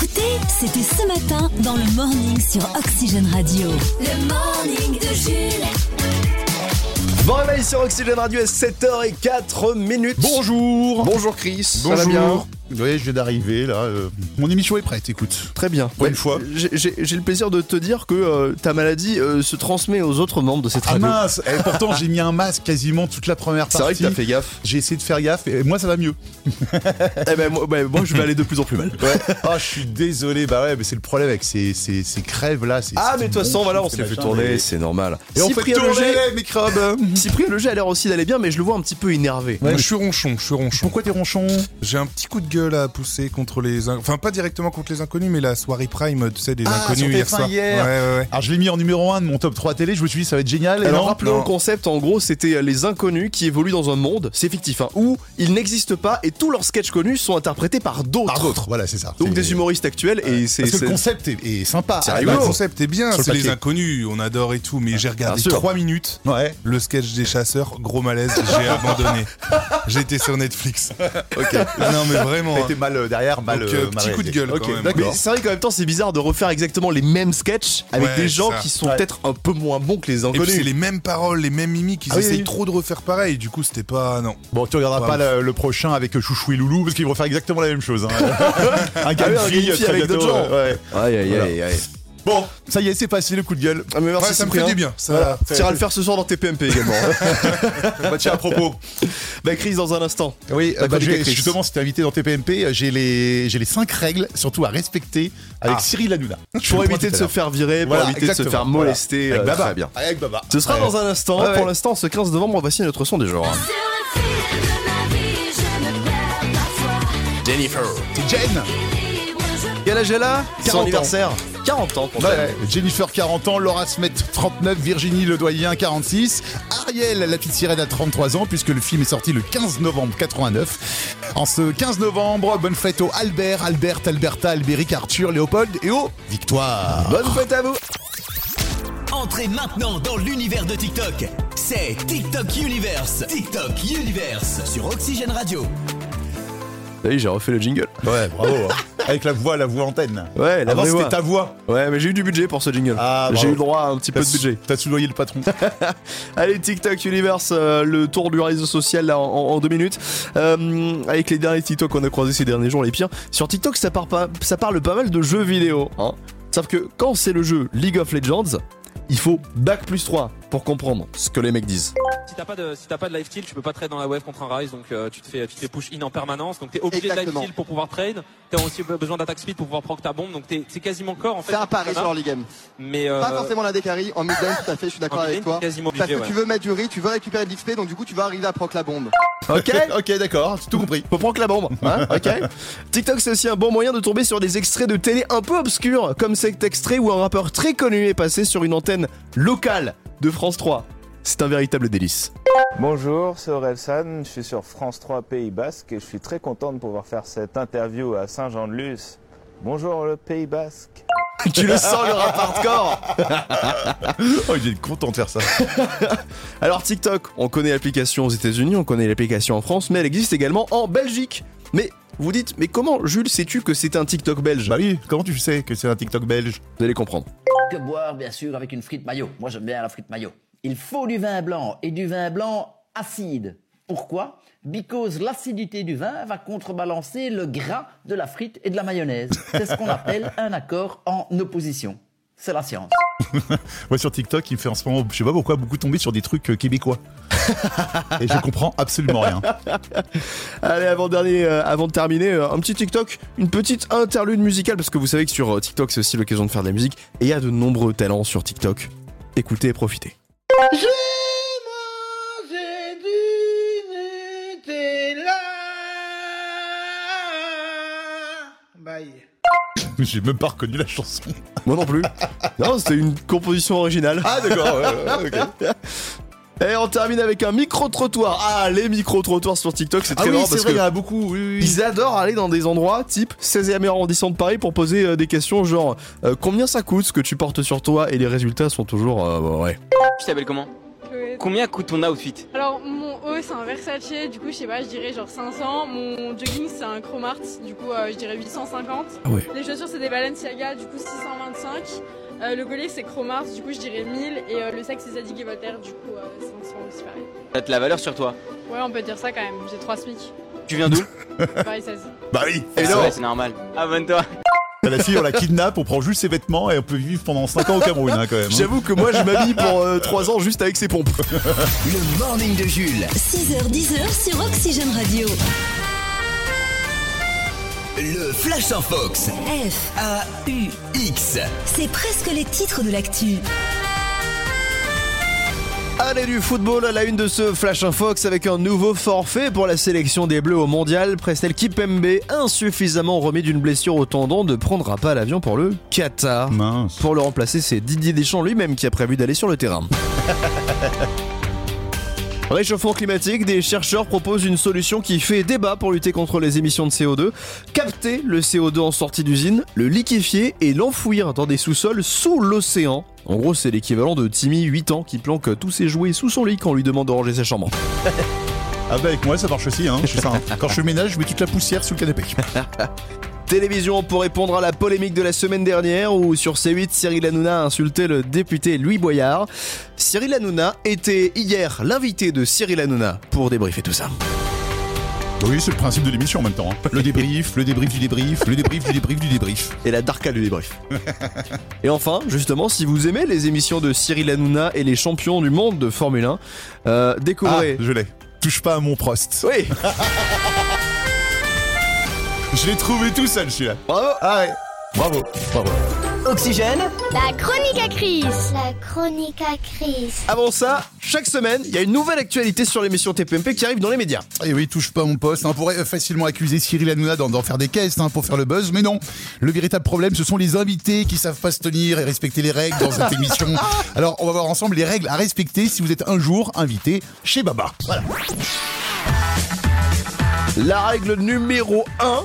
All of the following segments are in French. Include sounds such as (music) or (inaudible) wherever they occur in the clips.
C'était ce matin dans le morning sur Oxygène Radio. Le morning de Jules. Bon réveil sur Oxygène Radio à 7h04 minutes. Bonjour Bonjour Chris. Ça va bien Bonjour. Oui, je viens d'arriver là. euh, mon émission est prête, écoute. Très bien. Pour une fois. J'ai- J'ai j'ai le plaisir de te dire que euh, ta maladie euh, se transmet aux autres membres de cette Ah radio. mince Et Pourtant, j'ai mis un masque quasiment toute la première C'est vrai partie. que t'as fait gaffe. J'ai essayé de faire gaffe et moi ça va mieux. eh ben moi, ben, moi, je vais aller de plus en plus mal. (laughs) Ah, je suis désolé, bah ouais, mais c'est le problème avec ces, ces, ces crèves là. Ah mais de toute façon voilà on s'est fait tourner, Et, c'est normal. et on fait tourner les microbes. Cyprien Leger a l'air aussi d'aller bien mais je le vois un petit peu énervé. Moi, je suis ronchon, je suis ronchon. Pourquoi t'es ronchon J'ai un petit coup de gueule à pousser contre les. in- Enfin, pas directement contre les inconnus, mais la soirée prime, tu sais, des Ah, sur inconnus hier TF1 soir. hier. Ouais, ouais, ouais. Alors je l'ai mis en numéro 1 de mon top 3 télé, je me suis dit ça va être génial. et Alors non. rappelons non. le concept, en gros c'était euh, les inconnus qui évoluent dans un monde, c'est fictif, hein, où ils n'existent pas et tous leurs sketchs connus sont interprétés par Par d'autres. d'autres, Ah, voilà, c'est ça. Donc C'est- des humoristes actuels et c'est... Parce que c'est- le concept est, est sympa. C'est Ah, rigolo. Bah, bah, le concept est bien, Sur le c'est les papier. inconnus, on adore et tout, mais j'ai regardé sûr. 3 minutes. Ouais. Le sketch des chasseurs, gros malaise, (laughs) j'ai abandonné. J'étais sur Netflix. Ok. Non, mais vraiment. T'as hein. été mal euh, derrière, mal. Donc, euh, euh, petit mal coup de réalisé. gueule, Ok, quand même. d'accord. Mais c'est vrai qu'en même temps, c'est bizarre de refaire exactement les mêmes sketchs avec Ouais, des gens ça. qui sont Ouais. peut-être un peu moins bons que les Et puis, c'est inconnus. les mêmes paroles, les mêmes mimiques, ils Ah oui, essayent oui. trop de refaire pareil, du coup, c'était pas. Non. Bon, tu regarderas Ouais, pas ouf. le, le prochain avec Chouchou et Loulou parce qu'ils vont faire exactement la même (laughs) chose. hein. un Ah gars oui, une un fille, gars, une fille très avec bientôt, d'autres gens. euh, ouais. Aïe, aïe, Voilà. aïe, aïe. Bon, ça y est, c'est passé le coup de gueule. Ah, mais merci Ouais, ça me fait Cyprien. du bien. Ça... Voilà. Tu iras le faire ce soir dans TPMP également. Bah, tiens, à propos. bah, Chris, dans un instant. Oui, La euh, bah, chronique j'ai- actrice. justement, si t'es invité dans TPMP, euh, j'ai les, j'ai les 5 règles, surtout à respecter, avec Ah. Cyril Hanouna. Je Pour vais le prendre éviter de tout à se faire virer, l'heure. Voilà, pour éviter de se exactement. faire Voilà. molester. Avec euh, Baba. très bien. Avec Baba. Ce sera Ouais. dans un instant. Ouais, ouais. Pour l'instant, ce 15 novembre, voici notre son du jour. Jennifer. C'est Jen. Quel âge elle a 40 Son ans. anniversaire 40 ans pour Ouais, elle. Jennifer 40 ans, Laura Smet 39, Virginie Ledoyen 46, Ariel la petite sirène à 33 ans puisque le film est sorti le 15 novembre 89. En ce 15 novembre, bonne fête aux Albert, Albert, Alberta, Albéric, Arthur, Léopold et aux Victoire. Bonne fête à vous Entrez maintenant dans l'univers de TikTok. C'est TikTok Universe. TikTok Universe sur Oxygène Radio. Salut, j'ai refait le jingle. Ouais, bravo. hein. Avec la voix, la voix antenne. Ouais, la Avant vraie c'était voix. ta voix. Ouais, mais j'ai eu du budget pour ce jingle. Ah, j'ai bravo. eu le droit à un petit peu de budget. (laughs) T'as soudoyé le patron. Allez, TikTok Universe, euh, le tour du réseau social là, en, en deux minutes. Euh, avec les derniers TikTok qu'on a croisés ces derniers jours, les pires. Sur TikTok, ça, part pas, ça parle pas mal de jeux vidéo. Hein. Sauf que quand c'est le jeu League of Legends, il faut bac plus 3 pour comprendre ce que les mecs disent. Si t'as pas de si t'as pas de life kill, tu peux pas trade dans la wave contre un rise, donc euh, tu te fais tu te fais push in en permanence, donc t'es obligé de Exactement. life kill pour pouvoir trade. T'as aussi besoin d'attaque speed pour pouvoir proc ta bombe, donc t'es c'est quasiment corps en fait. C'est un pari sur l'early game. Mais euh, Pas forcément la décarie, en mid-game, tout à fait, je suis d'accord en avec mid-game, toi. quasiment Parce obligé, que tu veux mettre du riz, tu veux récupérer de l'XP, donc du coup tu vas arriver à proc la bombe. (laughs) Ok ok, d'accord, j'ai tout compris. Faut prendre que la bombe, hein, ok (laughs) TikTok c'est aussi un bon moyen de tomber sur des extraits de télé un peu obscurs, comme cet extrait où un rappeur très connu est passé sur une antenne locale de France 3. C'est un véritable délice. Bonjour, c'est Aurel San, je suis sur France 3 Pays Basque et je suis très content de pouvoir faire cette interview à Saint-Jean-de-Luz. Bonjour le Pays Basque. tu le sens le rap (laughs) hardcore Oh, il est content de faire ça. (laughs) Alors TikTok, on connaît l'application aux États-Unis, on connaît l'application en France, mais elle existe également en Belgique. Mais vous dites, mais comment, Jules, sais-tu que c'est un TikTok belge bah oui, comment tu sais que c'est un TikTok belge Vous allez comprendre. Que boire, bien sûr, avec une frite maillot Moi, j'aime bien la frite maillot. Il faut du vin blanc et du vin blanc acide. Pourquoi Because l'acidité du vin va contrebalancer le gras de la frite et de la mayonnaise. C'est ce qu'on appelle un accord en opposition. C'est la science. Moi sur TikTok, il me fait en ce moment, je sais pas pourquoi, beaucoup tomber sur des trucs euh, (laughs) québécois. Et je comprends absolument rien. Allez, avant, dernier, euh, avant de terminer, euh, un petit TikTok, une petite interlude musicale, parce que vous savez que sur euh, TikTok, c'est aussi l'occasion de faire de la musique, et il y a de nombreux talents sur TikTok. Écoutez et profitez. J'ai même pas reconnu la chanson. Moi (laughs) non plus. non, c'était une composition originale. Ah d'accord, ouais, ouais, ok. (laughs) Et on termine avec un micro-trottoir. Ah, les micro-trottoirs sur TikTok, Ah c'est très marrant parce que... a beaucoup. Oui, Ils adorent aller dans des endroits type 16e arrondissement de Paris pour poser euh, des questions genre euh, combien ça coûte ce que tu portes sur toi et les résultats sont toujours euh, bah ouais. tu t'appelles comment Combien coûte ton outfit Alors, mon mon haut c'est un Versace, du coup je sais pas, je dirais genre 500. Mon jogging c'est un Cromart, du coup euh, je dirais 850. Ah ouais. Les chaussures c'est des Balenciaga, du coup 625. Euh, le collier c'est Cromart, du coup je dirais 1000. Et euh, le sac c'est Zadig et Voltaire, du coup euh, 500 aussi pareil. T'as de la valeur sur toi. Ouais, on peut dire ça quand même, j'ai 3 SMIC. Tu (laughs) viens d'où pareil, ça se- Bah oui, Ah ouais, c'est normal. Abonne-toi. La fille, on la kidnappe, on prend juste ses vêtements et on peut vivre pendant 5 ans au Cameroun, hein, quand même. hein. J'avoue que moi (laughs) je m'habille pour 3 ans juste avec ses pompes. Le morning de Jules. 6h10h sur Oxygène Radio. Le Flash en Fox. F, A, U, X. c'est presque les titres de l'actu. Allez du football à la une de ce Flash Infox avec un nouveau forfait pour la sélection des Bleus au Mondial. Prestel Kipembe, insuffisamment remis d'une blessure au tendon, ne prendra pas l'avion pour le Qatar. Hein. Pour le remplacer, c'est Didier Deschamps lui-même qui a prévu d'aller sur le terrain. Réchauffement climatique, des chercheurs proposent une solution qui fait débat pour lutter contre les émissions de CO2. Capter le CO2 en sortie d'usine, le liquéfier et l'enfouir dans des sous-sols sous l'océan. En gros, c'est l'équivalent de Timmy, 8 ans, qui planque tous ses jouets sous son lit quand on lui demande de ranger sa chambre. Ah bah avec moi ça marche aussi, hein. je suis ça, hein. Quand je fais le ménage, je mets toute la poussière sous le canapé. Télévision pour répondre à la polémique de la semaine dernière où sur C8 Cyril Hanouna a insulté le député Louis Boyard. Cyril Hanouna était hier l'invité de Cyril Hanouna pour débriefer tout ça. Oui, c'est le principe de l'émission en même temps. hein. Le débrief, le débrief du débrief, le débrief du débrief du débrief. Et la darka du (laughs) débrief. Et enfin, justement, si vous aimez les émissions de Cyril Hanouna et les champions du monde de Formule 1, euh, découvrez. Ah, je l'ai. Touche pas à mon Prost. Ah. Oui Je l'ai trouvé tout seul celui-là. Bravo Ah ouais. Bravo, bravo. Oxygène. La chronique à crise. La chronique à crise. Avant ça, chaque semaine, il y a une nouvelle actualité sur l'émission TPMP qui arrive dans les médias. Et Eh oui, touche pas à mon poste. hein. On pourrait facilement accuser Cyril Hanouna d'en d'en faire des caisses hein, pour faire le buzz, mais non. Le véritable problème, ce sont les invités qui savent pas se tenir et respecter les règles dans cette émission. Alors, on va voir ensemble les règles à respecter si vous êtes un jour invité chez Baba. Voilà. La règle numéro 1,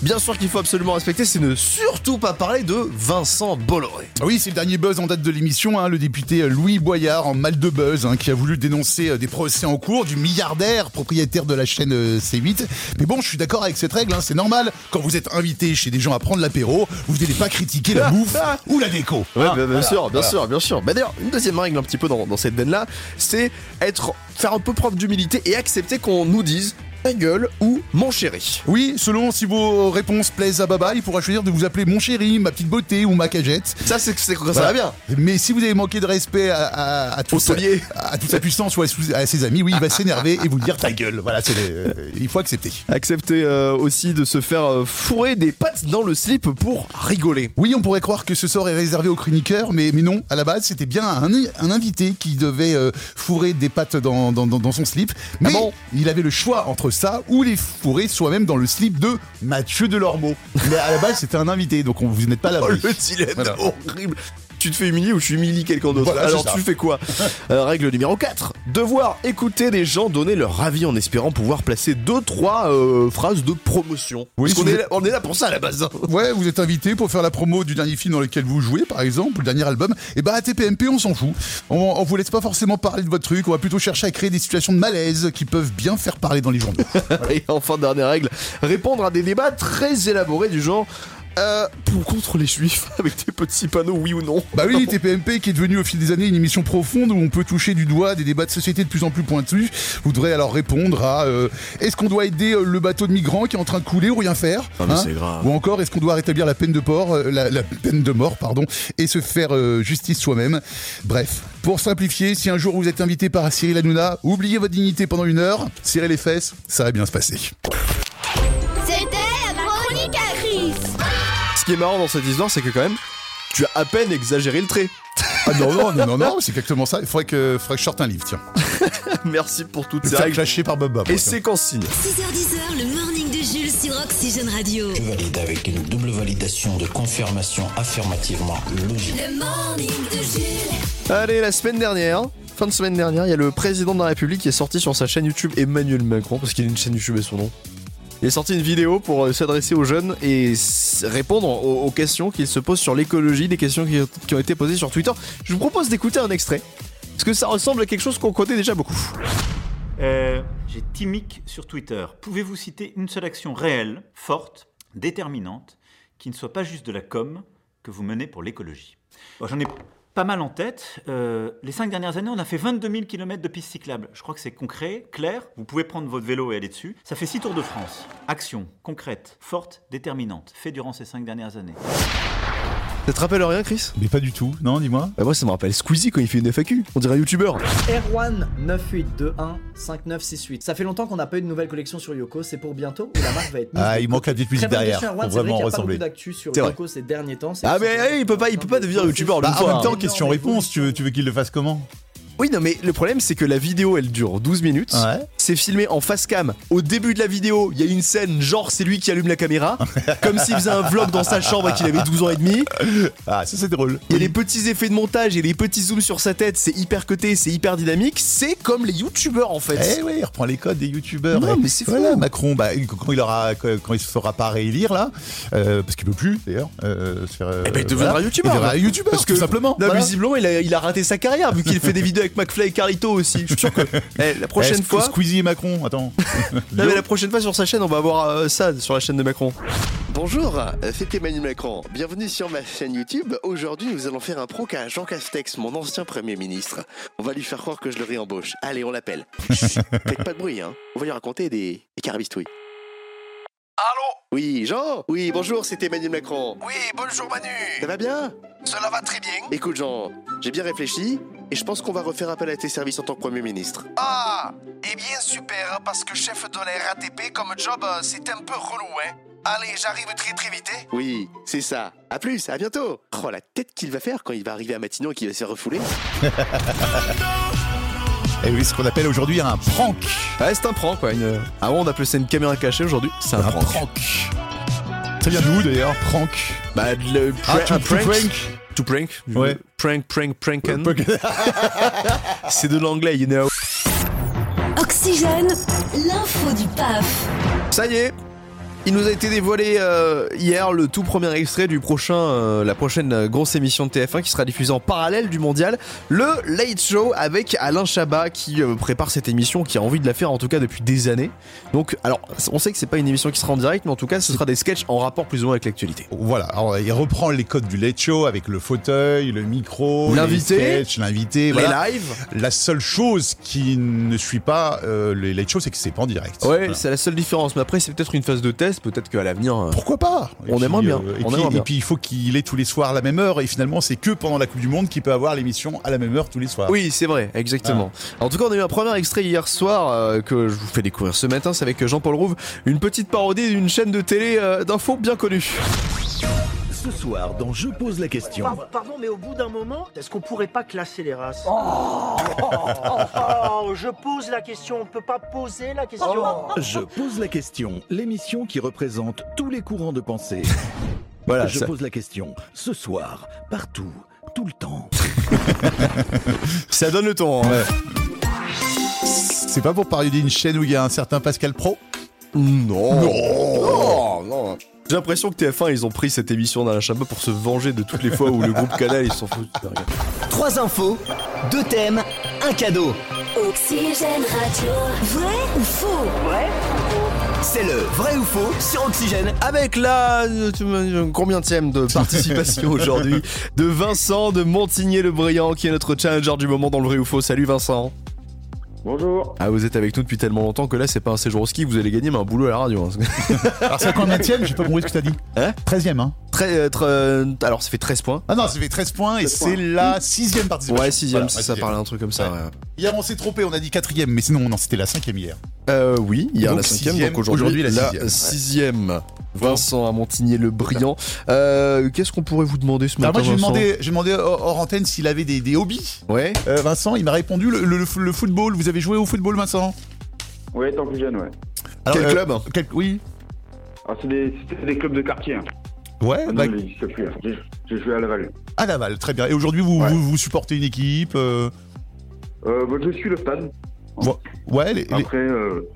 bien sûr qu'il faut absolument respecter, c'est ne surtout pas parler de Vincent Bolloré. Ah Oui, c'est le dernier buzz en date de l'émission, hein, le député Louis Boyard en mal de buzz, hein, qui a voulu dénoncer euh, des procès en cours du milliardaire propriétaire de la chaîne euh, C8. Mais bon, je suis d'accord avec cette règle, hein, c'est normal. Quand vous êtes invité chez des gens à prendre l'apéro, vous n'allez pas critiquer la bouffe ou la déco. Ouais, hein. bah, bien Voilà, sûr, bien voilà. sûr, bien sûr. Bah, d'ailleurs, une deuxième règle un petit peu dans, dans cette veine-là, c'est être, faire un peu preuve d'humilité et accepter qu'on nous dise ta gueule ou mon chéri. Oui, selon si vos réponses plaisent à Baba, il pourra choisir de vous appeler mon chéri, ma petite beauté ou ma cagette. Ça, c'est ça va bien. Mais si vous avez manqué de respect à, à, à tout sa, taulier. à toute sa puissance ou à, sous- à ses amis, oui, il va s'énerver et vous dire ta gueule. Voilà, c'est les- euh, il faut accepter. Accepter euh, aussi de se faire euh, fourrer des pattes dans le slip pour rigoler. Oui, on pourrait croire que ce sort est réservé aux chroniqueurs, mais, mais non, à la base, c'était bien un, un invité qui devait euh, fourrer des pattes dans, dans- dans- dans son slip. Ah Mais il avait le choix entre ça ou les fourrer soi-même dans le slip de Mathieu Delormeau. Mais à la base, c'était un invité, donc on, vous n'êtes pas là. Oh, le dilemme Voilà. horrible. Tu te fais humilier ou tu humilies quelqu'un d'autre Voilà, Alors c'est ça. tu fais (laughs) quoi Euh, Règle numéro 4. Devoir écouter des gens donner leur avis en espérant pouvoir placer 2-3 phrases de promotion. Oui, Parce si qu'on vous- est, là- on est là pour ça à la base. hein. (laughs) Ouais, vous êtes invité pour faire la promo du dernier film dans lequel vous jouez, par exemple, le dernier album. Et bah, à TPMP, on s'en fout. On, on vous laisse pas forcément parler de votre truc. On va plutôt chercher à créer des situations de malaise qui peuvent bien faire parler dans (laughs) les journaux. Et enfin, dernière règle, répondre à des débats très élaborés du genre euh, pour ou contre les juifs (laughs) avec des petits panneaux oui ou non. Bah oui, TPMP qui est devenu au fil des années une émission profonde où on peut toucher du doigt des débats de société de plus en plus pointus. Vous devrez alors répondre à euh, est-ce qu'on doit aider euh, le bateau de migrants qui est en train de couler ou rien faire hein Ah, mais c'est grave. Ou encore est-ce qu'on doit rétablir la peine de port, euh, la, la peine de mort pardon, et se faire euh, justice soi-même Bref, pour simplifier, si un jour vous êtes invité par Cyril Hanouna, oubliez votre dignité pendant une heure, serrez les fesses, ça va bien se passer. C'était la chronique à crise. Ce qui est marrant dans cette histoire, c'est que quand même, tu as à peine exagéré le trait. Ah non non non non, non, c'est exactement ça. Il faudrait que, faudrait que je sorte un livre, tiens. (laughs) Merci pour toutes Le ces faire règles. clasher par Bob Bob. Et c'est qu'en signe. 6h10h, le morning de Jules sur Oxygène Radio. Je valide avec une double validation de confirmation affirmativement logique. Le morning de Jules. Allez, la semaine dernière, fin de semaine dernière, il y a le président de la République qui est sorti sur sa chaîne YouTube Emmanuel Macron, parce qu'il a une chaîne YouTube et son nom. Il est sorti une vidéo pour euh, s'adresser aux jeunes et s- répondre aux, aux questions qu'ils se posent sur l'écologie, des questions qui, qui ont été posées sur Twitter. Je vous propose d'écouter un extrait, parce que ça ressemble à quelque chose qu'on connaît déjà beaucoup. Euh, J'ai Timic sur Twitter. Pouvez-vous citer une seule action réelle, forte, déterminante, qui ne soit pas juste de la com que vous menez pour l'écologie Bon, J'en ai pas mal en tête. Euh, les cinq dernières années, on a fait 22 000 km de pistes cyclables. Je crois que c'est concret, clair. Vous pouvez prendre votre vélo et aller dessus. Ça fait six tours de France. Action concrète, forte, déterminante, fait durant ces cinq dernières années. Ça te rappelle rien, Chris Mais pas du tout, non, dis-moi. Bah, moi, ça me rappelle Squeezie quand il fait une FAQ. On dirait un youtubeur. Erwan 98215968. Ça fait longtemps qu'on n'a pas eu de nouvelle collection sur Yoko, c'est pour bientôt où la marque va être mise Ah, de il côté. manque la petite musique Très bonne derrière, question, Erwan, pour c'est vrai vraiment qu'il y a pas ressembler. beaucoup d'actu sur C'est vrai. Yoko ces derniers temps. c'est Ah, mais absolument- hey, il peut pas, il peut pas devenir youtubeur Bah, d'une en fois. même temps, hein. question-réponse, tu veux, tu veux qu'il le fasse comment Oui, non, mais le problème, c'est que la vidéo, elle dure 12 minutes. C'est filmé en face cam. Au début de la vidéo, il y a une scène, genre, c'est lui qui allume la (laughs) caméra. comme s'il faisait un vlog dans sa chambre et qu'il avait 12 ans et demi. Ah, ça, c'est drôle. Il y a des petits effets de montage, il y a des petits zooms sur sa tête, c'est hyper cuté, c'est hyper dynamique. C'est comme les youtubeurs, en fait. Eh oui, il reprend les codes des youtubeurs. Non, Et mais c'est voilà, fou. Macron, bah, quand il aura, quand il se fera pas réélire là, euh, parce qu'il peut plus d'ailleurs. Euh, se faire, euh, Eh ben, il deviendra voilà. youtubeur. Il deviendra youtubeur, Parce que, tout simplement. Non, Voilà. mais visiblement, il a, il a raté sa carrière, vu qu'il fait des vidéos avec McFly et Carlito aussi. Je suis (laughs) sûr que eh, la prochaine Eh, Sque- fois. Squeezie et Macron, attends. Non, mais la prochaine fois sur sa chaîne, on va avoir euh, ça sur la chaîne de Macron. Bonjour, euh, c'est Emmanuel Macron. Bienvenue sur ma chaîne YouTube. Aujourd'hui, nous allons faire un proc à Jean Castex, mon ancien Premier ministre. On va lui faire croire que je le réembauche. Allez, on l'appelle. Chut, Faites pas de bruit, hein. On va lui raconter des, des carabistouilles. Allô Oui, Jean Oui, bonjour, c'est Emmanuel Macron. Oui, bonjour Manu Ça va bien Cela va très bien. Écoute, Jean, j'ai bien réfléchi et je pense qu'on va refaire appel à tes services en tant que Premier ministre. Ah, eh bien super, parce que chef de la RATP comme job, euh, c'est un peu relou, hein. Allez, j'arrive très très vite. hein. Oui, c'est ça. À plus, à bientôt. Oh, la tête qu'il va faire quand il va arriver à Matignon et qu'il va se faire refouler. Et Eh oui, ce qu'on appelle aujourd'hui un Ah, prank. Ouais, c'est un prank, quoi. Une... Avant, Ah, on appelait ça une caméra cachée, aujourd'hui, c'est un, prank. Ça vient d'où d'ailleurs, prank Bah, le Ah, to- un to prank. To prank Ouais. Prank, prank, pranken. (laughs) c'est de l'anglais, you know. Oxygène, l'info du PAF. Ça y est il nous a été dévoilé euh, hier le tout premier extrait du prochain, euh, la prochaine euh, grosse émission de TF1 qui sera diffusée en parallèle du mondial, le Late Show avec Alain Chabat qui euh, prépare cette émission, qui a envie de la faire en tout cas depuis des années. Donc, alors, on sait que c'est pas une émission qui sera en direct, mais en tout cas, ce sera des sketchs en rapport plus ou moins avec l'actualité. Voilà, alors, il reprend les codes du late show avec le fauteuil, le micro, les L'invité, sketchs, l'invité, les voilà. lives. La seule chose qui ne suit pas euh, les late shows, c'est que c'est pas en direct. Ouais, c'est la seule différence. Mais après, c'est peut-être une phase de test. Peut-être qu'à l'avenir. euh, Pourquoi pas Et On puis, aimerait bien. euh, Et, on puis, aimerait et bien. puis, il faut qu'il ait tous les soirs à la même heure. Et finalement, c'est que pendant la Coupe du Monde qu'il peut avoir l'émission à la même heure tous les soirs. Oui, c'est vrai, exactement. En tout cas, on a eu un premier extrait hier soir euh, que je vous fais découvrir ce matin. C'est avec Jean-Paul Rouve, une petite parodie d'une chaîne de télé euh, d'infos bien connue. Ce soir, dans Je pose la question. Pardon, pardon, mais au bout d'un moment, est-ce qu'on pourrait pas classer les races Oh, Je pose la question, on peut pas poser la question. Je pose la question, l'émission qui représente tous les courants de pensée. Voilà, Je ça- pose la question, ce soir, partout, tout le temps. Ça donne le ton. hein. C'est pas pour parler d'une chaîne où il y a un certain Pascal Pro Non. Non. J'ai l'impression que TF1 ils ont pris cette émission d'Alain Chabat pour se venger de toutes les fois où le groupe Canal ils s'en foutent. Trois infos, deux thèmes, un cadeau. Oxygène Radio. Vrai ou faux Vrai C'est le vrai ou faux sur Oxygène. Avec la euh, combien de participation aujourd'hui de Vincent de Montigné-le-Brillant qui est notre challenger du moment dans le vrai ou faux. Salut Vincent. Bonjour. Ah vous êtes avec nous depuis tellement longtemps que là c'est pas un séjour au ski, vous allez gagner mais un boulot à la radio. hein. (laughs) Alors, c'est combien tienne J'ai pas compris ce que t'as dit. 13ème, hein Très, euh, très, euh, alors ça fait 13 points. Ah non, ça fait 13 points et 13 c'est points. la sixième participation. Ouais, sixième, Voilà, ça, ouais, ça sixième. parlait un truc comme ça. ouais. Hier, on s'est trompé, on a dit quatrième, mais sinon, non, c'était la cinquième hier. Euh, oui, il y a Donc la cinquième, sixième, donc aujourd'hui aujourd'hui, la la sixième. Ouais. sixième. Vincent à Montigné le brillant. Euh, Qu'est-ce qu'on pourrait vous demander ce matin Alors Bah, moi, j'ai Bah, Vincent demandé, j'ai demandé hors hors antenne s'il avait des, des hobbies. Euh, Ouais. Vincent, il m'a répondu le, le- le football. Vous avez joué au football, Vincent euh, Ouais, tant plus jeune, ouais. Quel club Oui. Ah, c'est des, c'était des clubs de quartier. hein. Ouais. Ah non, bah, mais je sais plus, hein. J'ai- J'ai joué à Laval. à Laval, très bien. Et aujourd'hui, vous, vous, vous supportez une équipe euh, Euh, bon, je suis le stade. vo- Ouais. les- les- Après, euh,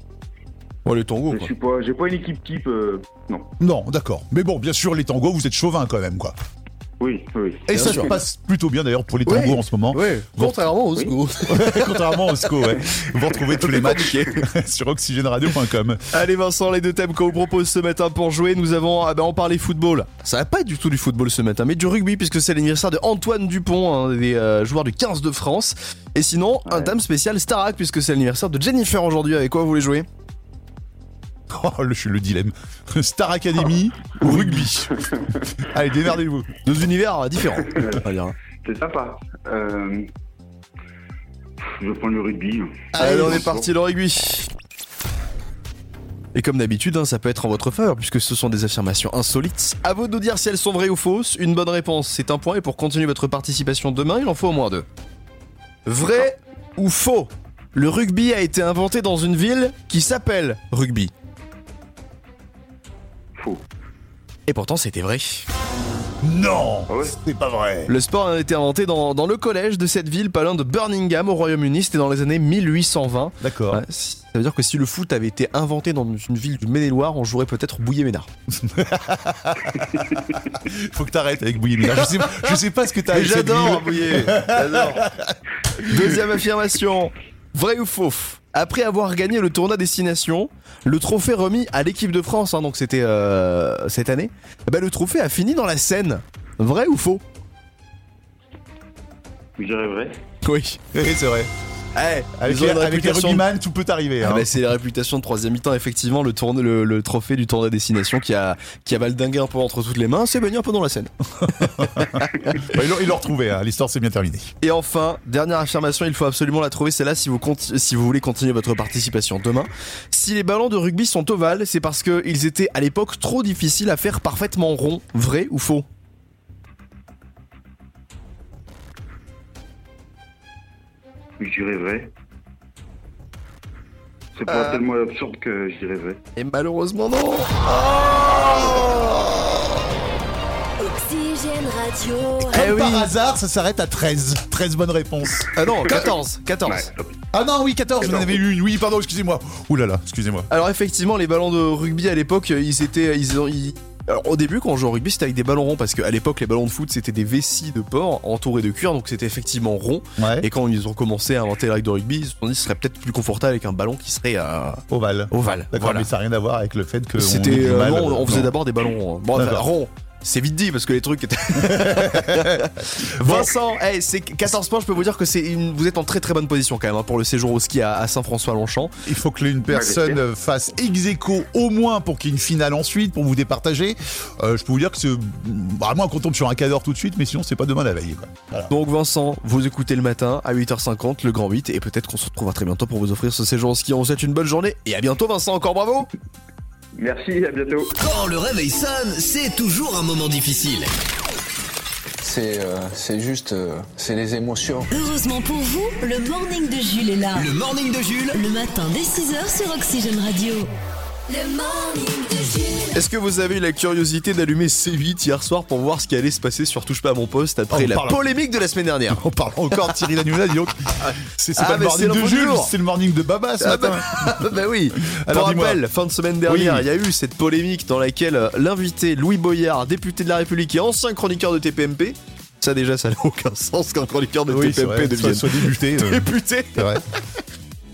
Oh, Ouais, les tangos, je suis pas, j'ai pas une équipe type. euh, non. Non, d'accord. Mais bon, bien sûr, les tangos, vous êtes chauvin quand même, quoi. Oui, oui. Et Bien ça sûr. se passe plutôt bien d'ailleurs pour les Ouais. tambours en ce moment. Vous- Contrairement au Oui. SCO. (laughs) Contrairement au SCO, ouais. Vous (laughs) retrouvez tous les matchs (laughs) sur oxygèneradio.com. Allez Vincent, les deux thèmes qu'on vous propose ce matin pour jouer, nous avons ah ben, on parlait football. Ça va pas du tout du football ce matin, mais du rugby puisque c'est l'anniversaire de Antoine Dupont, un des euh, joueurs du 15 de France. Et sinon, un thème spécial Starac puisque c'est l'anniversaire de Jennifer aujourd'hui. Avec quoi vous voulez jouer Oh, le, le dilemme. (laughs) Star Academy ou rugby Allez, démerdez-vous. Deux univers différents. C'est sympa. Euh, Je vais prendre le rugby. hein. Allez, on est parti le rugby. Et comme d'habitude, hein, ça peut être en votre faveur puisque ce sont des affirmations insolites. À vous de nous dire si elles sont vraies ou fausses. Une bonne réponse, c'est un point. Et pour continuer votre participation demain, il en faut au moins deux. Vrai ou faux Le rugby a été inventé dans une ville qui s'appelle Rugby. Faux. Et pourtant, c'était vrai. Non C'est pas vrai. Le sport a été inventé dans, dans le collège de cette ville, pas loin de Birmingham, au Royaume-Uni, c'était dans les années 1820. D'accord. ça veut dire que si le foot avait été inventé dans une ville du Maine-et-Loire, on jouerait peut-être Bouillet-Ménard. Faut que t'arrêtes avec Bouillet Ménard. Je sais, je sais pas ce que t'as Mais avec cette J'adore ville. Bouillet (laughs) J'adore Deuxième affirmation. Vrai ou faux Après avoir gagné le tournoi destination, le trophée remis à l'équipe de France, hein, donc c'était euh, cette année, bah, le trophée a fini dans la Seine. Vrai ou faux Je dirais vrai. Oui. Oui, c'est vrai. avec Eh, ils ont les, une avec les réputation de- rugbyman, tout peut arriver. Ah hein. bah, c'est la réputation de troisième mi-temps, effectivement, le, tourne- le, le trophée du tournoi destination qui a, qui a valdingué un peu entre toutes les mains, c'est baigné un peu dans la scène. Bah, ils l'ont- ils l'ont retrouvé, hein. l'histoire c'est bien terminée. Et enfin, dernière affirmation, il faut absolument la trouver, celle-là, si vous, conti- si vous voulez continuer votre participation demain. Si les ballons de rugby sont ovales, c'est parce qu'ils étaient à l'époque trop difficiles à faire parfaitement ronds. Vrai ou faux Je dirais vrai. C'est Euh, pas tellement absurde que je dirais vrai. Et malheureusement non Oxygène Radio. Eh Comme par hasard, ça s'arrête à 13. 13 bonnes réponses. Ah non, 14, 14. Ah non, oui, 14, j'en avais eu une. Oui, pardon, excusez-moi. Ouh là là, excusez-moi. Alors effectivement, les ballons de rugby à l'époque, euh, ils étaient, ils ont, ils- Alors, au début, quand on jouait au rugby, c'était avec des ballons ronds parce qu'à l'époque, les ballons de foot, c'était des vessies de porc entourées de cuir, donc c'était effectivement rond. Et quand ils ont commencé à inventer la règle de rugby, ils se sont dit, ce serait peut-être plus confortable avec un ballon qui serait euh, Ovale. ovale. D'accord, Voilà. mais ça n'a rien à voir avec le fait que. on C'était joue euh, mal, non, euh, on faisait non. d'abord des ballons ronds. Bon, enfin, D'accord. ronds. C'est vite dit parce que les trucs (laughs) étaient. Vincent, hey, c'est 14 points. Je peux vous dire que c'est une- vous êtes en très très bonne position quand même hein, pour le séjour au ski à, à Saint-François-Longchamp. Il faut que une personne euh, fasse ex aequo au moins pour qu'il y ait une finale ensuite, pour vous départager. Euh, je peux vous dire que c'est. Bah, à moins qu'on tombe sur un cadre tout de suite, mais sinon, c'est pas demain la veille. quoi. Donc Vincent, vous écoutez le matin à 8h50, le grand 8, et peut-être qu'on se retrouvera très bientôt pour vous offrir ce séjour au ski. On vous souhaite une bonne journée et à bientôt Vincent, encore bravo Merci, à bientôt. Quand le réveil sonne, c'est toujours un moment difficile. C'est euh, c'est juste, euh, c'est les émotions. Heureusement pour vous, le morning de Jules est là. Le morning de Jules. Le matin dès 6h sur Oxygène Radio. Le morning de Jules. Est-ce que vous avez eu la curiosité d'allumer C8 hier soir pour voir ce qui allait se passer sur Touche pas à mon poste après Oh, on la parle- polémique de la semaine (laughs) dernière (laughs) On parle encore de Thierry Lanouna, dis donc. C'est c'est Ah, pas le mais c'est morning de l'info du Jules, jour. c'est le morning de Baba ce Ah matin. bah, bah oui. Alors, Pour dis-moi. rappel, fin de semaine dernière, Oui. il y a eu cette polémique dans laquelle euh, l'invité Louis Boyard, député de la République et ancien chroniqueur de TPMP, ça déjà, ça n'a aucun sens qu'un chroniqueur de Oui, c'est TPMP vrai, devienne soit- soit député, euh. député. C'est vrai.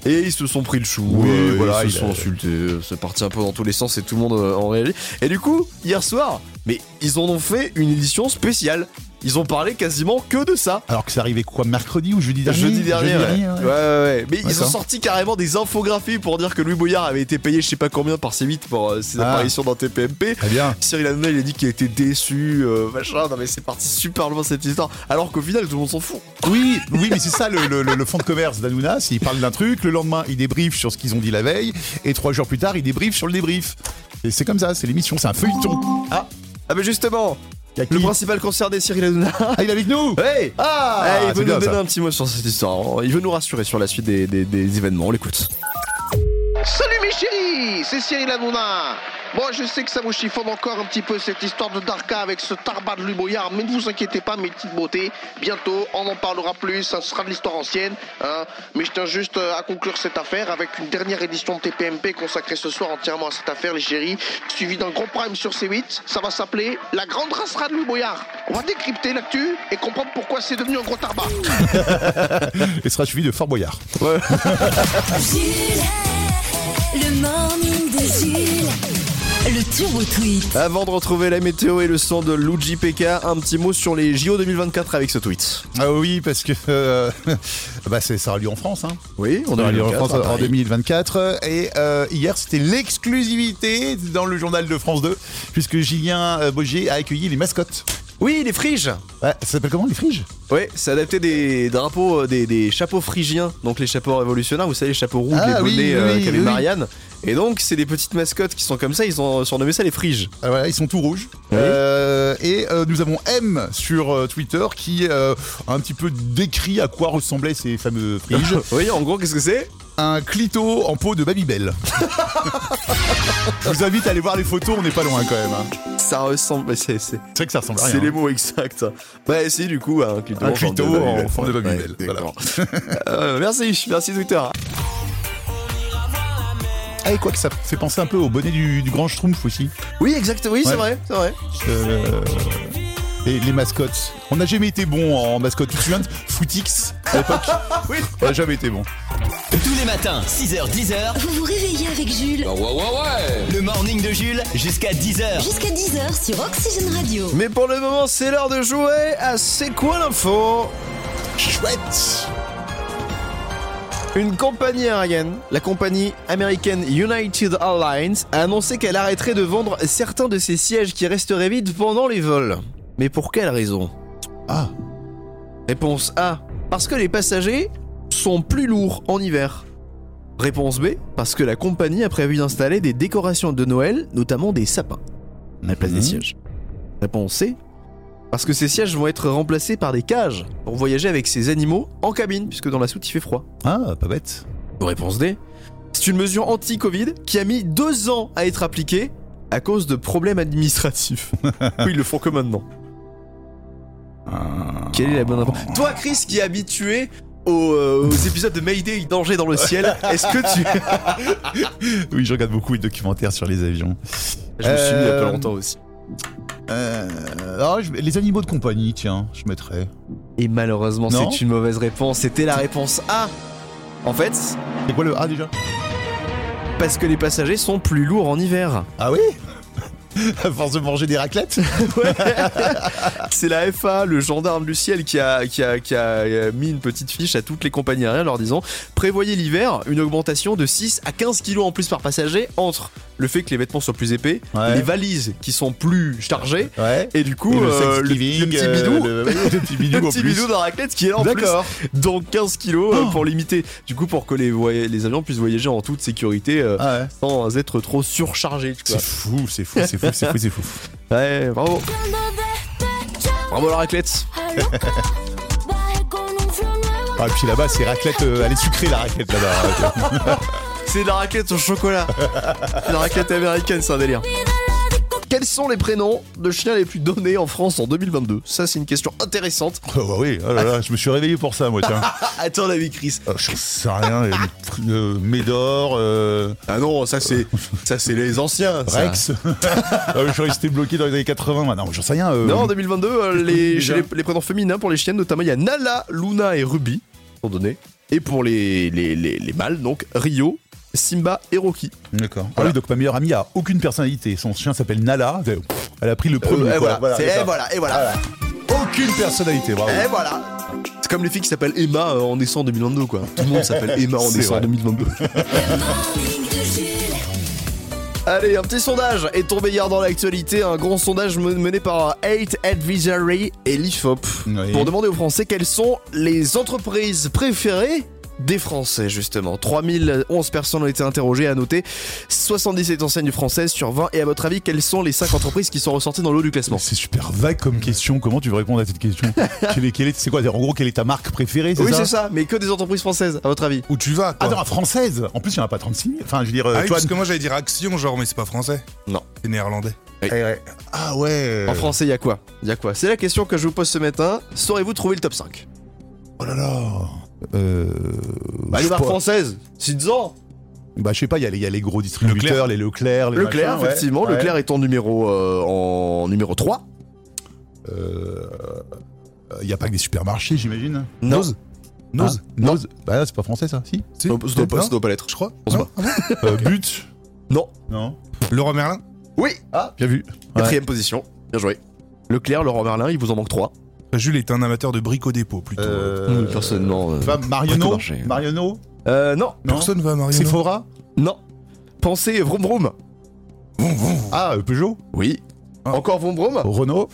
Et ils se sont pris le chou, Oui, euh, voilà, ils il se sont a- insultés, euh, c'est parti un peu dans tous les sens et tout le monde euh, en réagit. Et du coup, hier soir, mais ils en ont fait une édition spéciale. Ils ont parlé quasiment que de ça. Alors que ça arrivait quoi, mercredi ou jeudi dernier Jeudi dernier, ouais. hein. Ouais, ouais, ouais. Mais ils ont D'accord. sorti carrément des infographies pour dire que Louis Boyard avait été payé je sais pas combien par C8 pour euh, ses Ah. apparitions dans TPMP. Très bien. Cyril Hanouna, il a dit qu'il était déçu, euh, machin. Non, mais c'est parti super loin cette histoire. Alors qu'au final, tout le monde s'en fout. Oui, oui, mais c'est ça le, le- le- le fond de commerce d'Anouna. c'est Il parle d'un truc, le lendemain, il débrief sur ce qu'ils ont dit la veille, et trois jours plus tard, il débrief sur le débrief. Et c'est comme ça, c'est l'émission, c'est un feuilleton. Ah, ah mais justement, Le principal concerné, Cyril Hanouna. il est avec nous Hey Ah, Eh, Il c'est veut bien, nous donner ça. un petit mot sur cette histoire. Il veut nous rassurer sur la suite des, des- des événements. On l'écoute. Salut mes chéris, c'est Cyril Hanouna. Bon, je sais que ça vous chiffonne encore un petit peu cette histoire de Darka avec ce tarbat de Luboyard, mais ne vous inquiétez pas, mes petites beautés. Bientôt, on en parlera plus, ça sera de l'histoire ancienne. hein. Mais je tiens juste euh, à conclure cette affaire avec une dernière édition de TPMP consacrée ce soir entièrement à cette affaire, les chéris, suivie d'un gros prime sur C8. Ça va s'appeler La Grande Rassera de Luboyard. On va décrypter l'actu et comprendre pourquoi c'est devenu un gros tarbat. Et sera suivi de Fort Boyard. Le morning de Jules. Le turbo tweet. Avant de retrouver la météo et le son de Luigi PK, un petit mot sur les JO 2024 avec ce tweet. Ah oui, parce que (laughs) euh, bah c'est- ça aura lieu en France. Hein. Oui, on aura Ça aura lieu en 2024, France à en Paris. 2024. Et euh, hier, c'était l'exclusivité dans le journal de France 2, puisque Julien euh, Bogier a accueilli les mascottes. Oui, les friges Ça s'appelle comment, les friges Oui, c'est adapté des drapeaux, euh, des, des chapeaux phrygiens, donc les chapeaux révolutionnaires, vous savez, les chapeaux rouges, Ah les oui, bonnets oui, euh, qu'avait oui. Marianne. Et donc, c'est des petites mascottes qui sont comme ça, ils ont surnommé ça les friges. Ah, voilà, ils sont tout rouges. Euh, et euh, nous avons M sur euh, Twitter qui euh, a un petit peu décrit à quoi ressemblaient ces (laughs) fameux (laughs) friges. oui, en gros, qu'est-ce que c'est Un clito en peau (laughs) de Babybel. Je vous invite à aller voir les photos, on n'est pas loin quand même. hein. Ça ressemble, mais c'est c'est vrai que ça ressemble à rien. hein. C'est les mots exacts. Bah, si, du coup, un clito Un en forme de clito Babybel. en forme de Ouais, Babybel, ouais, d'accord. (laughs) Euh, merci, merci Twitter. Ah, et quoi que ça fait penser un peu au bonnet du, du grand Schtroumpf aussi. Oui, exact, oui, Ouais. c'est vrai, c'est vrai. Euh, et les mascottes. On n'a jamais été bon en mascotte. Tu te souviens de Footix à l'époque (laughs) Oui. On n'a jamais été bon. Tous les matins, 6h, 10h. Vous vous réveillez avec Jules. Le morning de Jules jusqu'à 10h. Jusqu'à 10h sur Oxygène Radio. Mais pour le moment, c'est l'heure de jouer à C'est quoi l'info Chouette Une compagnie aérienne, la compagnie américaine United Airlines, a annoncé qu'elle arrêterait de vendre certains de ses sièges qui resteraient vides pendant les vols. Mais pour quelle raison Ah. Réponse A. Parce que les passagers sont plus lourds en hiver. Réponse B. Parce que la compagnie a prévu d'installer des décorations de Noël, notamment des sapins, à la place Mhm. des sièges. Réponse C. Parce que ces sièges vont être remplacés par des cages pour voyager avec ces animaux en cabine, puisque dans la soute il fait froid. Ah, pas bête. Réponse D. C'est une mesure anti-Covid qui a mis deux ans à être appliquée à cause de problèmes administratifs. (laughs) oui, ils le font que maintenant. Quelle est la bonne réponse Toi, Chris, qui est habitué aux, euh, aux épisodes de Mayday, danger dans le (laughs) ciel, est-ce que tu... Oui, je regarde beaucoup de documentaires sur les avions. Je me suis mis il y a Euh, pas longtemps aussi. euh, alors, je- les animaux de compagnie, tiens, je mettrais. Et malheureusement, Non c'est une mauvaise réponse. C'était la réponse A. En fait... C'est quoi le A déjà Parce que les passagers sont plus lourds en hiver. Ah oui (laughs) À force de manger des raclettes C'est la FA, le gendarme du ciel, qui a, qui, a, qui a mis une petite fiche à toutes les compagnies aériennes leur disant prévoyez l'hiver une augmentation de 6 à 15 kilos en plus par passager entre le fait que les vêtements soient plus épais, Ouais. les valises qui sont plus chargées, Ouais. et du coup Et le euh, le, sexgiving, le petit euh, bidou, le- le petit (laughs) bidou en plus. dans la raclette qui est là en plus D'accord. Oh. dans 15 kilos euh, pour limiter, du coup pour que les, voy- les avions puissent voyager en toute sécurité euh, Ah ouais. sans être trop surchargés. tu vois. C'est fou, c'est fou, c'est fou, c'est fou, c'est fou. Ouais, bravo. Bravo la raclette. Ah, et puis là-bas, c'est raclette. euh, elle est sucrée, la (laughs) raclette là-bas. C'est de la raclette au (laughs) chocolat. la raclette américaine, c'est un délire. Quels sont les prénoms de chiens les plus donnés en France en 2022 Ça, c'est une question intéressante. oh, bah oui, oh là là, je me suis réveillé pour ça, moi, tiens. Ah, Attends, la vie, Chris. Euh, Je sais rien, euh, euh, Médor, euh, Ah non, ça, c'est ça c'est les anciens. ça. (laughs) Rex. Ah oui, je suis resté bloqué dans les années 80, moi. Non, j'en sais rien. euh, Non, en 2022, euh, Déjà. les, chez les, les prénoms féminins pour les chiennes, notamment, il y a Nala, Luna et Ruby sont donnés. Et pour les, les, les, les mâles, donc Rio, Simba et Rocky. D'accord. Ah oui, donc ma meilleure amie a aucune personnalité. Son chien s'appelle Nala. Elle a pris le premier. Euh, et quoi. voilà, c'est- Ah c'est Eh, et ça. voilà, et voilà. Aucune personnalité, bravo. Et voilà. C'est comme les filles qui s'appellent Emma euh, en décembre 2022, quoi. Tout le monde s'appelle (laughs) Emma en C'est décembre vrai. 2022. (laughs) Allez, un petit sondage est tombé hier dans l'actualité, un grand sondage men- mené par 8 Advisory et l'IFOP Oui. pour demander aux Français quelles sont les entreprises préférées des Français, justement. 3011 personnes ont été interrogées, à noter 77 enseignes françaises sur 20. Et à votre avis, quelles sont les 5 entreprises qui sont ressorties dans le haut du classement C'est super vague comme question. Comment tu veux répondre à cette question (laughs) Quelle est, quelle est- C'est quoi En gros, quelle est ta marque préférée Oui, c'est ça, mais que des entreprises françaises, à votre avis Où tu vas Ah non, à française En plus, il n'y en a pas 36. Enfin, je veux dire, Ah euh, oui, toi, parce que moi j'allais dire Action, genre, mais c'est pas français. Non. C'est néerlandais. Ah ouais. En français, il y a quoi Il y a quoi C'est la question que je vous pose ce matin. Saurez-vous trouver le top 5 Oh là là euh, Bah, les je sais marques pas. françaises, c'est ans Bah, je sais pas, il y, a les- il y a les gros distributeurs, les Leclerc, les Leclerc, machins, ouais. effectivement. Ouais. Leclerc est en numéro, euh, en numéro 3. Euh, Il n'y a pas que des supermarchés, j'imagine Non. Noz Noz Noz Bah là, c'est pas français, ça Si Ça doit- ça doit pas- ça doit pas l'être. Je crois. On sait pas. Euh, But Non. Non. Laurent Merlin Oui Ah, bien vu. Quatrième position. Bien joué. Leclerc, Laurent Merlin, il vous en manque 3. Jules est un amateur de bric au dépôt plutôt. Euh, personnellement. euh, Fab plutôt Mariono marché. Mariono Euh, non. Personne va à Mariono. Sephora Non. Pensez vroom vroom. Ah, euh, Peugeot Oui. Ah. Encore vroom vroom Renault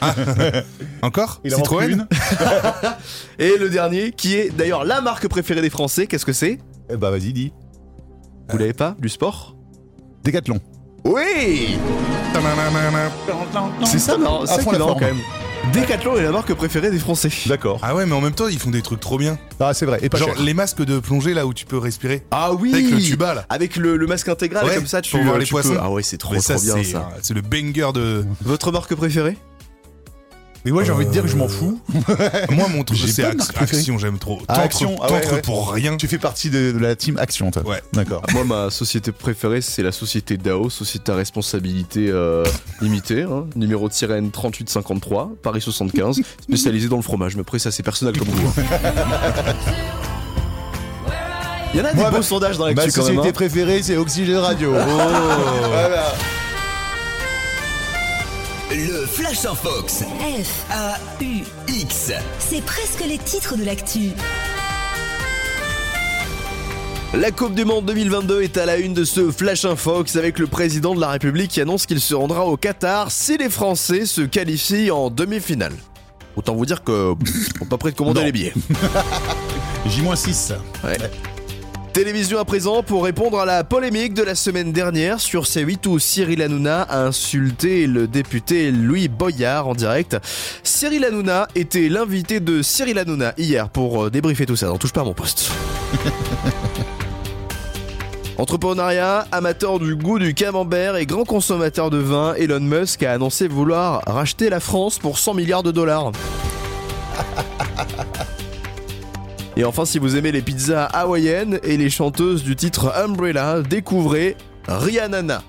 Ah. (laughs) Encore Il en manque une. Et le dernier, qui est d'ailleurs la marque préférée des Français, qu'est-ce que c'est Eh bah vas-y, dis. Euh. Vous l'avez pas Du sport Décathlon. Oui C'est ça, non, À c'est ça fond la qui est marrant, forme. quand même. Décathlon est la marque préférée des Français. D'accord. Ah ouais, mais en même temps, ils font des trucs trop bien. Ah, c'est vrai. Et pas Genre cher. les masques de plongée là où tu peux respirer. Ah oui Avec le tuba là. Avec le, le masque intégral, Ouais, comme ça, tu, pour voir les tu poissons. peux- Ah ouais, c'est trop, Mais ça, trop bien c'est- (laughs) ça. C'est le banger de. Votre marque préférée Mais moi, j'ai envie de dire que je m'en fous. Moi, mon truc, J'ai c'est pas de Ax- marque préférée. Action, j'aime trop. Ah, T'entres- action, ah ouais, t'entres ouais. pour rien. Tu fais partie de, de la team Action, toi. Ouais. D'accord. Moi, ma société préférée, c'est la société DAO, société à responsabilité euh, limitée, hein. numéro de sirène 3853, Paris (laughs) 75, spécialisée dans le fromage. Mais après, ça, c'est personnel comme goût. Il y Bah, en a des Moi, beaux ma- sondages dans Ma l'actu quand même. société hein. préférée, c'est Oxygène Radio. (laughs) Voilà. Le Flash sans Fox. F, A, U, X. c'est presque les titres de l'actu. hein. La Coupe du Monde 2022 est à la une de ce Flash Infox avec le président de la République qui annonce qu'il se rendra au Qatar si les Français se qualifient en demi-finale. Autant vous dire (laughs) que pff, on est pas prêt de commander Non. les billets. J-6. Ouais. Télévision à présent pour répondre à la polémique de la semaine dernière sur C8 où Cyril Hanouna a insulté le député Louis Boyard en direct. Cyril Hanouna était l'invité de Cyril Hanouna hier pour euh, débriefer tout ça. N'en touche pas à mon poste. (laughs) Entrepreneuriat, amateur du goût du camembert et grand consommateur de vin, Elon Musk a annoncé vouloir racheter la France pour 100 milliards de dollars. Et enfin, si vous aimez les pizzas hawaïennes et les chanteuses du titre Umbrella, découvrez Rihanna.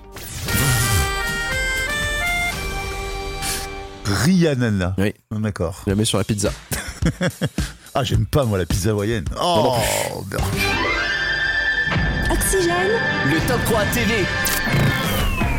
Rihanna. Oui. D'accord. Je la mets sur la pizza. Ah, j'aime pas, moi, la pizza hawaïenne. Oh, merde. Oxygène, Le Top 3 TV.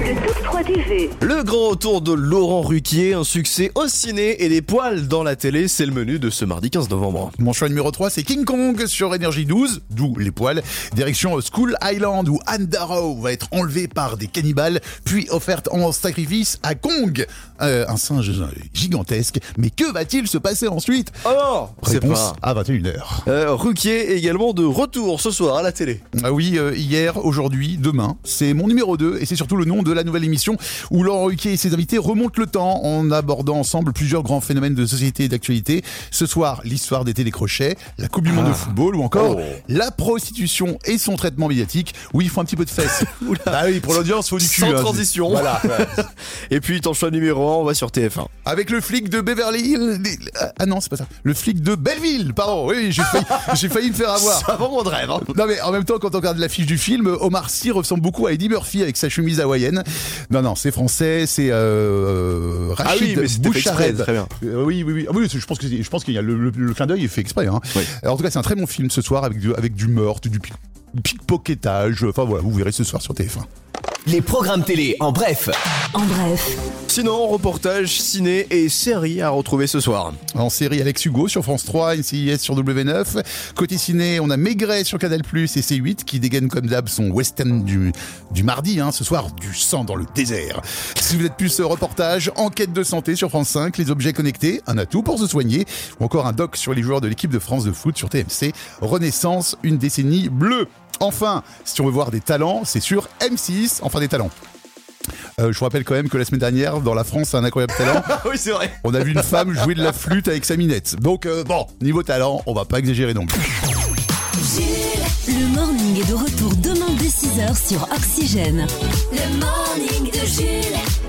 le top 3 TV. Le grand retour de Laurent Ruquier, un succès au ciné et des poils dans la télé, c'est le menu de ce mardi 15 novembre. Mon choix numéro 3, c'est King Kong sur Energy 12, d'où les poils, direction School Island où Anne Darrow va être enlevée par des cannibales, puis offerte en sacrifice à Kong, Euh, un singe gigantesque. Mais que va-t-il se passer ensuite Alors, c'est Réponse Oh. pas. à 21h. Euh, Ruquier est également de retour ce soir à la télé. Ah oui, euh, hier, aujourd'hui, demain, c'est mon numéro 2 et c'est surtout le nom de la nouvelle émission où Laurent Ruquier et ses invités remontent le temps en abordant ensemble plusieurs grands phénomènes de société et d'actualité. Ce soir, l'histoire des télécrochets, la Coupe du Ah. Monde de football ou Oh. encore la prostitution et son traitement médiatique. Oui, il faut un petit peu (laughs) de fesses. ah oui, pour l'audience, faut du cul. Sans hein. transition. Voilà. ouais. Et puis ton choix numéro 1, on va sur TF1. Avec le flic de Beverly Hills. Ah non, c'est pas ça. Le flic de Belleville, pardon. Oui, j'ai (laughs) failli, j'ai failli me faire avoir. C'est avant mon rêve. hein. Non mais en même temps, quand on regarde l'affiche du film, Omar Sy ressemble beaucoup à Eddie Murphy avec sa chemise hawaïenne. Non non, c'est français, c'est euh, Rachid Ah oui, mais c'était fait Bouchareb. exprès, très bien. Euh, oui oui oui. Ah oui, je pense que je pense qu'il y a le, le- le clin d'œil est fait exprès. hein. Oui. Alors, en tout cas, c'est un très bon film ce soir avec du, avec du meurtre, du pic- pickpocketage. Enfin voilà, vous verrez ce soir sur TF1. Les programmes télé, en bref. En bref. Sinon, reportage, ciné et série à retrouver ce soir. En série Alex Hugo sur France 3, NCIS sur W9. Côté ciné, on a Maigret sur Canal Plus et C8 qui dégaine comme d'hab son western du, du mardi. hein. ce soir, du sang dans le désert. Si vous êtes plus euh, reportage, enquête de santé sur France 5, les objets connectés, un atout pour se soigner. Ou encore un doc sur les joueurs de l'équipe de France de foot sur TMC. Renaissance, une décennie bleue. Enfin, si on veut voir des talents, c'est sur M6, enfin des talents. Euh, je vous rappelle quand même que la semaine dernière, dans la France, un incroyable talent. oui, c'est vrai. On a vu une femme jouer de la flûte avec sa minette. Donc euh, bon, niveau talent, on va pas exagérer non plus. Jules, le morning est de retour demain dès 6h sur Oxygène. Le morning de Jules.